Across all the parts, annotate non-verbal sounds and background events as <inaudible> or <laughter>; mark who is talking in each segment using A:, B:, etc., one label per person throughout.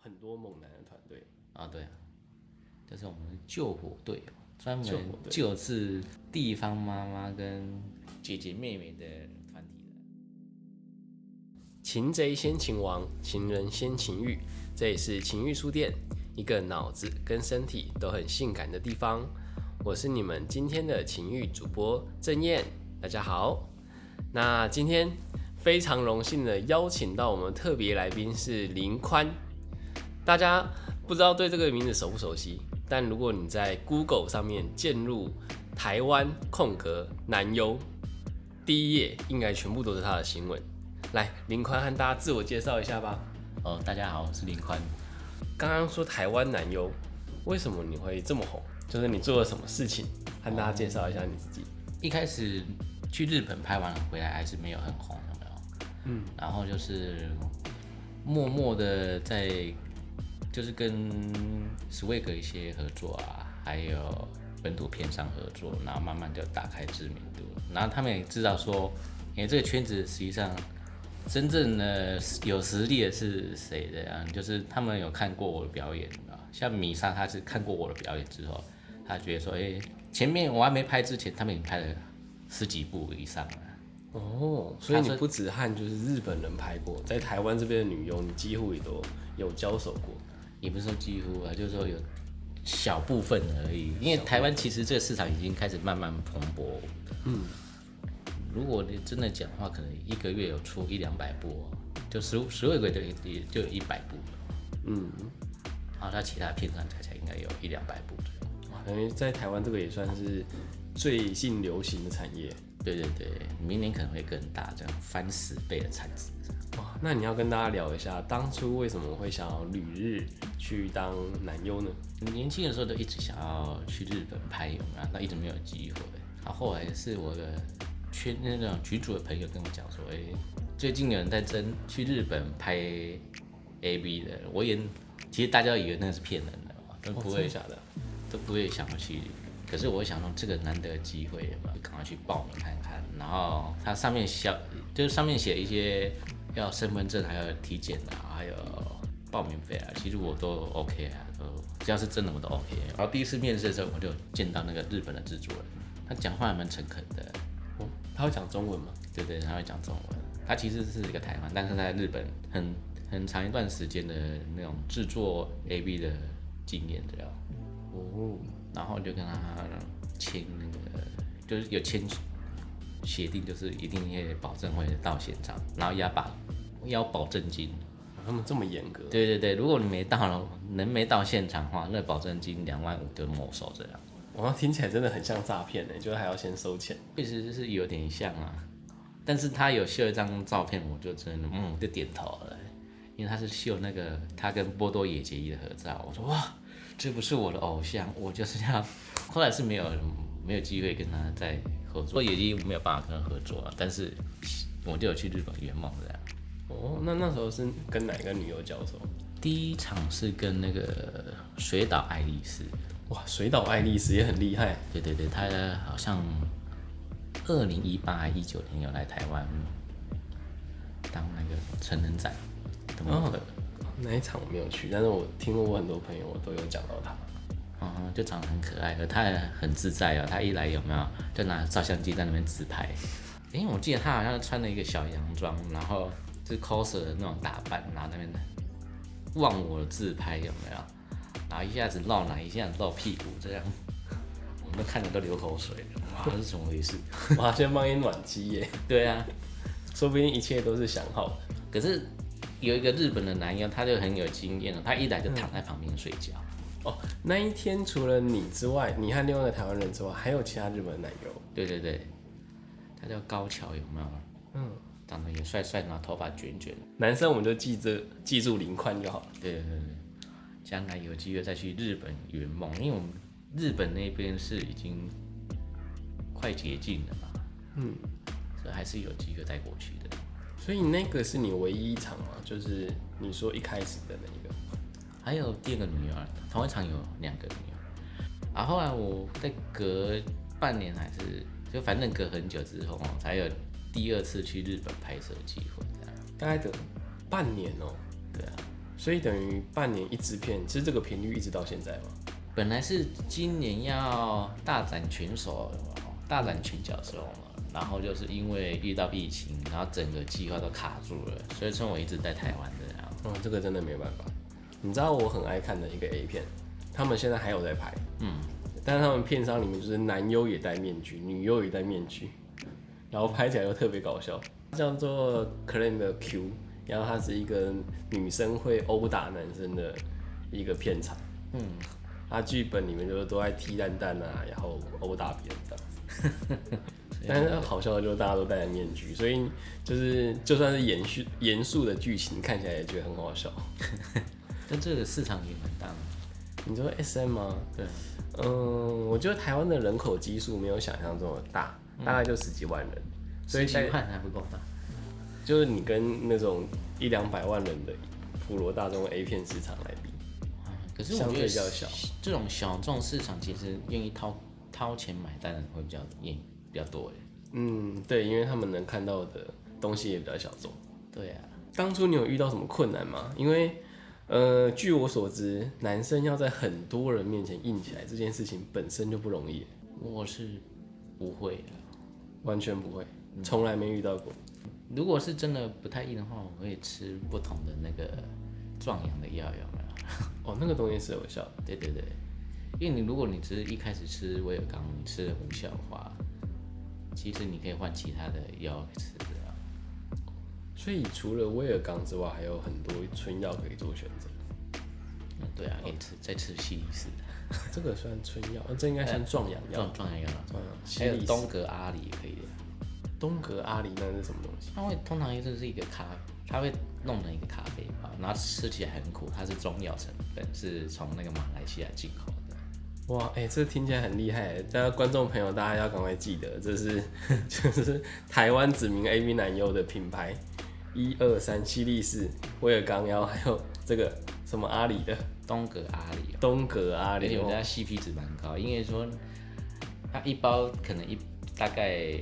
A: 很多猛男的团队。
B: 啊，对啊，就是我们救火队哦，专
A: 救火
B: 门
A: 队
B: 救治地方妈妈跟姐姐妹妹的团体的。
A: 擒贼先擒王，擒人先擒欲。这里是情欲书店，一个脑子跟身体都很性感的地方。我是你们今天的情欲主播郑燕，大家好。那今天非常荣幸的邀请到我们特别来宾是林宽，大家不知道对这个名字熟不熟悉？但如果你在 Google 上面键入台湾空格男优，第一页应该全部都是他的新闻。来，林宽和大家自我介绍一下吧。
B: 哦，大家好，我是林宽。
A: 刚刚说台湾男优，为什么你会这么红？就是你做了什么事情？和大家介绍一下你自己。
B: 一开始去日本拍完了回来，还是没有很红，有没有？嗯。然后就是默默的在，就是跟 Swag 一些合作啊，还有本土片商合作，然后慢慢就打开知名度。然后他们也知道说，哎、这个圈子实际上真正的有实力的是谁的啊？就是他们有看过我的表演啊，像米莎，她是看过我的表演之后，她觉得说，哎、前面我还没拍之前，他们已经拍了十几部以上了。
A: 哦，所以
B: 他
A: 你
B: 说
A: 不止和就是日本人拍过，在台湾这边的女优，你几乎也都有交手过。
B: 也不是说几乎啊，就是说有小部分而已。嗯因为台湾其实这个市场已经开始慢慢蓬勃。嗯，如果你真的讲话，可能一个月有出一两百部、哦，就十五十二个月就也就有一百部了。
A: 嗯，
B: 然后它其他片上加起来应该有一两百部左右。
A: 哇感觉在台湾这个也算是最近流行的产业。
B: 对对对，明年可能会更大，这样翻十倍的产值。
A: 哇，那你要跟大家聊一下，当初为什么会想要旅日去当男优呢？
B: 年轻的时候就一直想要去日本拍有没有？那一直没有机会。然后后来是我的圈那种局主的朋友跟我讲说，哎、最近有人在争去日本拍 A B 的，我也其实大家以为那是骗人的嘛，都不
A: 哦真
B: 会、
A: 的假的？
B: 都不会想要去。可是我想说，这个难得的机会嘛，赶快去报名看看。然后它上面写，就是上面写一些要身份证，还有体检啊，还有报名费啊，其实我都 OK 啊，都只要是真的我都 OK。然后第一次面试的时候，我就见到那个日本的制作人，他讲话还蛮诚恳的，
A: 哦，他会讲中文吗？
B: 对对，他会讲中文。他其实是一个台湾，但是在日本很很长一段时间的那种制作 AV 的经验这样。
A: 哦，
B: 然后就跟他签那个，就是有签协定，就是一定也保证会到现场，然后要把要保证金。
A: 他们这么严格。
B: 对对对，如果你没到了，能没到现场的话，那保证金两万五就没收这样。
A: 哇，听起来真的很像诈骗呢，就是还要先收钱。
B: 确实是有点像啊，但是他有秀一张照片，我就真的嗯就点头了，因为他是秀那个他跟波多野结衣的合照，我说哇，这不是我的偶像，我就是要。后来是没有没有机会跟他再合作，波多野结衣没有办法跟他合作啊，但是我就有去日本圆梦这样。
A: 哦，那那时候是跟哪一个女优交手？
B: 第一场是跟那个水岛爱丽丝，
A: 哇，水岛爱丽丝也很厉害。
B: 对对对，她好像二零一八一九年有来台湾当那个成人展的模特，
A: 哦那一场我没有去，但是我听过我很多朋友我都有讲到她。 <laughs>
B: 哦、就长得很可爱，而她也很自在哦。她一来有没有就拿照相机在那边自拍？因为我记得她好像穿了一个小洋装，然后就是 coser 的那种打扮，然后那边忘我自拍有没有？然后一下子露奶，一下子露屁股，这样我们都看着都流口水了。哇，这是怎么回事？
A: 哇，先帮你暖机耶，
B: 对啊。
A: 说不定一切都是想好的。
B: 可是有一个日本的男优，他就很有经验了，他一来就躺在旁边睡觉。
A: 哦，那一天除了你之外，你和另外一个台湾人之外，还有其他日本的男优。
B: 对对对，他叫高桥，有没有？
A: 嗯，
B: 长得也帅帅，然后头发卷卷。
A: 男生我们就记这记住林宽就好了。
B: 对对对对，将来有机会再去日本圆梦，因为我们日本那边是已经快接近了嘛。
A: 嗯，
B: 所以还是有机会再过去的。
A: 所以那个是你唯一一场吗？就是你说一开始的那一个。
B: 还有第二个女友啊，同一场有两个女友。啊，后来我在隔半年还是就反正隔很久之后哦，才有第二次去日本拍摄的机会，这样。
A: 大概得半年哦、
B: 对啊，
A: 所以等于半年一支片，是这个频率一直到现在吗？
B: 本来是今年要大展拳手，大展拳脚的时候嘛，然后就是因为遇到疫情，然后整个计划都卡住了，所以说我一直在台湾的这样。
A: 哦，这个真的没办法。你知道我很爱看的一个 A 片，他们现在还有在拍，
B: 嗯，
A: 但是他们片商里面就是男优也戴面具，女优也戴面具，然后拍起来又特别搞笑，叫做 Clan 的 Q，然后它是一个女生会殴打男生的一个片场，
B: 嗯，
A: 它剧本里面就是都在踢蛋蛋啊，然后殴打别人这样子。
B: 所以
A: 但是好笑的就是大家都戴着面具，所以就是就算是严肃严肃的剧情，看起来也觉得很好笑。
B: 但这个市场也蛮大的，
A: 你说 S M 吗？
B: 对，
A: 嗯，我觉得台湾的人口基数没有想象中的大，大概就十几万人，所以
B: 嗯十
A: 在
B: 几万还不够大。
A: 就是你跟那种一两百万人的普罗大众 A 片市场来比，
B: 可是我
A: 相
B: 觉
A: 对
B: 得
A: 较小
B: 这种小众市场其实愿意掏掏钱买单的会比较愿比较多耶。
A: 嗯，对，因为他们能看到的东西也比较小众。
B: 对啊，
A: 当初你有遇到什么困难吗？因为，呃，据我所知，男生要在很多人面前硬起来这件事情本身就不容易，
B: 我是不会啊的。
A: 完全不会，
B: 嗯
A: 从来没遇到过。
B: 如果是真的不太硬的话，我会吃不同的那个壮阳的药，有没有？
A: 哦，那个东西是有效的。
B: 对对对，因为你如果你只是一开始吃威尔刚，你吃了无效的话，其实你可以换其他的药吃啊。
A: 所以除了威尔刚之外，还有很多春药可以做选
B: <laughs>
A: 择。
B: 嗯对啊，可以吃再吃西里斯，
A: 这个算春药，呃这应该算壮阳药。
B: 壮壮阳药啊，
A: 壮阳。西
B: 还有
A: 里斯
B: 东格阿里也可以的。
A: 东格阿里那是什么东西？
B: 它会通常就是一个咖，它会弄成一个咖啡吧，然后吃起来很苦，它是中药成分，是从那个马来西亚进口的。
A: 哇，哎、这听起来很厉害。大家观众朋友，大家要赶快记得，这是 <laughs> 就是台湾指名 A V 男优的品牌，一二三西力士、威尔刚，然后还有这个什么阿里的
B: 东格阿里、哦，
A: 东格阿
B: 而
A: 里
B: 且我觉
A: 哦。
B: 得它 CP 值蛮高，因为说它一包可能一大概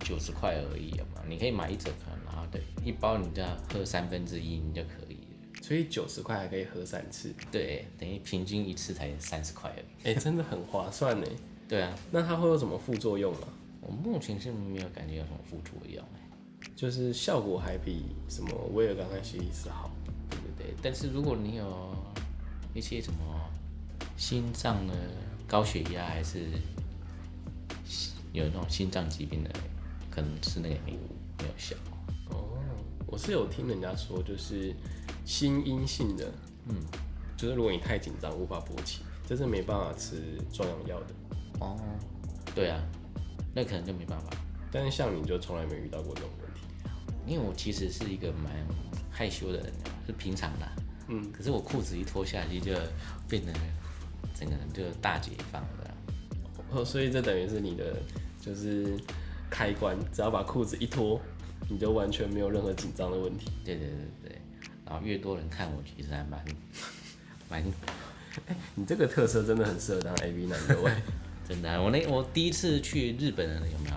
B: 九十块而已嘛，你可以买一整盒，然后对一包你就要喝三分之一，你就可以了。
A: 所以九十块还可以喝三次，
B: 对，等于平均一次才三十块而已。
A: 哎、真的很划算呢。
B: 对啊，
A: 那它会有什么副作用啊吗？
B: 我目前是没有感觉有什么副作用、欸。
A: 就是效果还比什么威尔刚和西里斯好。
B: 对不对？但是如果你有一些什么心脏的高血压，还是有那种心脏疾病的，可能吃那个也没有没有效。
A: 哦，我是有听人家说，就是心阴性的，
B: 嗯，
A: 就是如果你太紧张无法勃起，这是没办法吃壮阳药的。
B: 哦，对啊，那可能就没办法，
A: 但是像你就从来没遇到过这种问题。
B: 因为我其实是一个蛮害羞的人，是平常的啊，
A: 嗯，
B: 可是我裤子一脱下去就变得整个人就大解放了啊。
A: 哦，所以这等于是你的就是开关，只要把裤子一脱，你就完全没有任何紧张的问题。
B: 对对对对，然后越多人看我，其实还蛮蛮
A: 你这个特色真的很适合当 AV 男优哎。
B: 真的啊、我那我第一次去日本的有没有？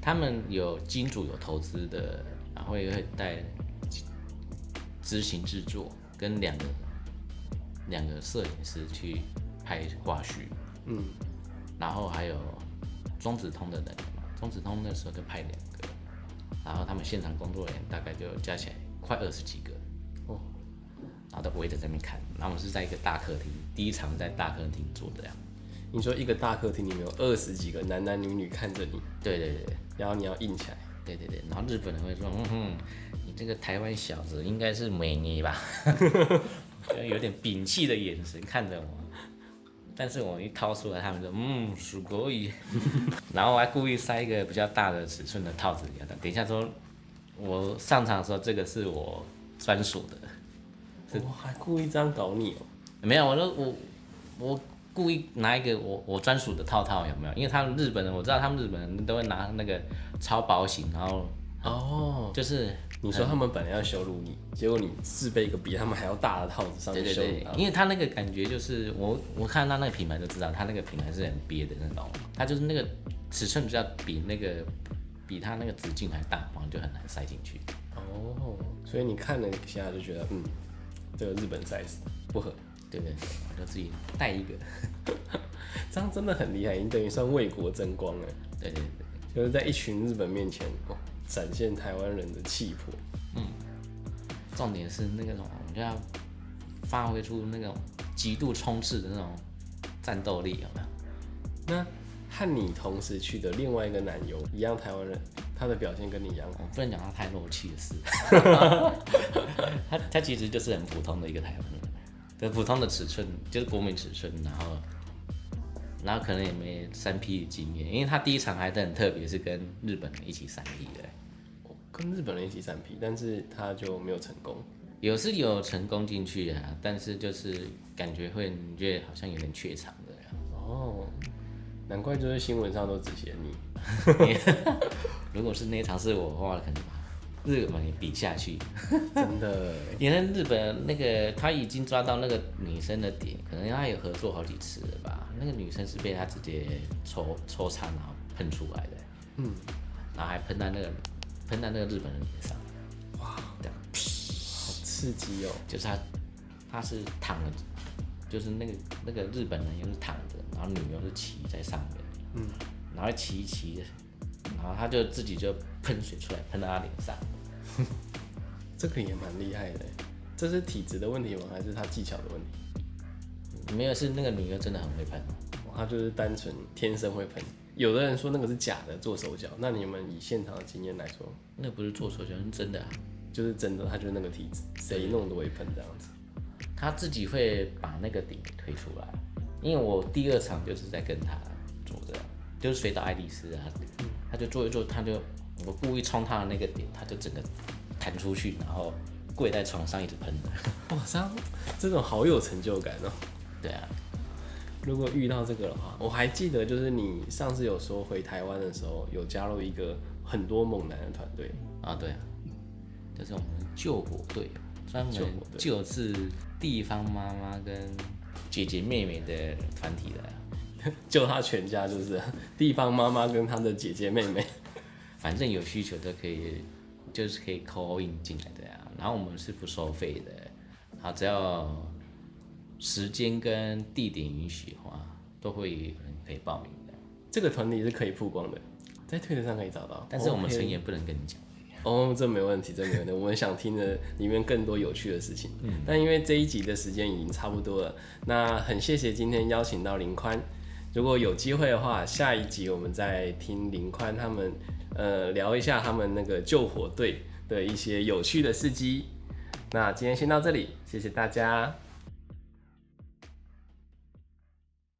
B: 他们有金主有投资的，然后也会带执行制作跟两个两个摄影师去拍花絮，
A: 嗯，
B: 然后还有中子通的人嘛，中子通那时候就拍两个，然后他们现场工作人员大概就加起来快二十几个，
A: <laughs> 哦，
B: 然后都围着在那边看，然后我们是在一个大客厅，第一场在大客厅做的呀，
A: 你说一个大客厅里面有二十几个男男女女看着你，
B: 对对对对。
A: 然后你要硬起来。
B: 对对对，然后日本人会说，嗯哼，你这个台湾小子应该是美女吧，就有点摒弃的眼神看着我，但是我一掏出来，他们就嗯，属国语， <laughs> 然后我还故意塞一个比较大的尺寸的套子给他，等一下说，我上场的时候这个是我专属的，
A: 我还故意这样搞你哦、
B: 没有，我说我我故意拿一个我我专属的套套有没有？因为他们日本人，我知道他们日本人都会拿那个超薄型，然后
A: 哦，
B: 就是
A: 你说他们本来要羞辱你，结果你自备一个比他们还要大的套子上
B: 对
A: 去
B: 对
A: 羞辱
B: 对
A: 他，们。
B: 因为他那个感觉就是我我看到那个品牌就知道，他那个品牌是很憋的那种，他就是那个尺寸比较比那个比他那个直径还大，好像就很难塞进去。
A: 哦，所以你看了一下就觉得，嗯，这个日本 size 不合，
B: 对对对，我就自己带一个，
A: 这样真的很厉害，你等于算为国争光哎，
B: 对对对对，
A: 就是在一群日本面前，哦，展现台湾人的气魄。
B: 重点是那个什么，我们就要发挥出那种极度冲刺的那种战斗力，有没有？
A: 那和你同时去的另外一个男友一样台湾人，他的表现跟你一样
B: 我不能讲他太漏气的事，他他其实就是很普通的一个台湾人，对普通的尺寸就是国民尺寸，然后然后可能也没三 P 的经验，因为他第一场还是很特别，是跟日本人一起三 P 的，
A: 跟日本人一起闪皮，但是他就没有成功。
B: 有是有成功进去啊，但是就是感觉会你觉得好像有点怯场的啊。
A: 哦，难怪就是新闻上都只写你。
B: 如果是那一场是我的话，可能把日本也比下去，
A: 真的，
B: 因为日本那个他已经抓到那个女生的点，可能他有合作好几次了吧。那个女生是被他直接抽抽插然后喷出来的，
A: 嗯，
B: 然后还喷在那个喷在那个日本人脸上，哇，这样
A: 好刺激哦。
B: 就是他他是躺着，就是那个那个日本人又是躺着，然后女又是骑在上面，
A: 嗯，
B: 然后骑一骑，然后他就自己就喷水出来喷到他脸上。
A: 这个也蛮厉害的。欸这是体质的问题吗？还是他技巧的问题？
B: 没有，是那个女的真的很会喷。哦
A: 哇哦他就是单纯天生会喷。有的人说那个是假的，做手脚。那你们以现场的经验来说，
B: 那不是做手脚，是真的啊。
A: 就是真的，他就是那个体质，谁弄都会喷这样子。
B: 她自己会把那个顶推出来，因为我第二场就是在跟她做这样，就是水岛爱丽丝啊，她就做一做，她就我故意冲她的那个点，她就整个弹出去，然后跪在床上一直喷的。
A: 哇，这样这种好有成就感哦。
B: 对啊，
A: 如果遇到这个的话，我还记得就是你上次有说回台湾的时候，有加入一个很多猛男的团队，
B: 啊对啊，就是我们救火队，专门
A: 救火队
B: 救治地方妈妈跟姐姐妹妹的团体的啊、
A: 救他全家就是 <laughs> 地方妈妈跟他的姐姐妹妹。
B: 反正有需求都可以，就是可以 call in 进来的呀、然后我们是不收费的，然后只要时间跟地点允许的话，都会有人可以报名的。
A: 这个团体是可以曝光的，在推特上可以找到。
B: 但是我们
A: OK
B: 成员不能跟你讲。
A: 哦，这没问题，这没问题。我们想听的里面更多有趣的事情。
B: 嗯
A: 但因为这一集的时间已经差不多了，那很谢谢今天邀请到林宽。如果有机会的话，下一集我们再听林宽他们，呃，聊一下他们那个救火队的一些有趣的事迹。那今天先到这里，谢谢大家，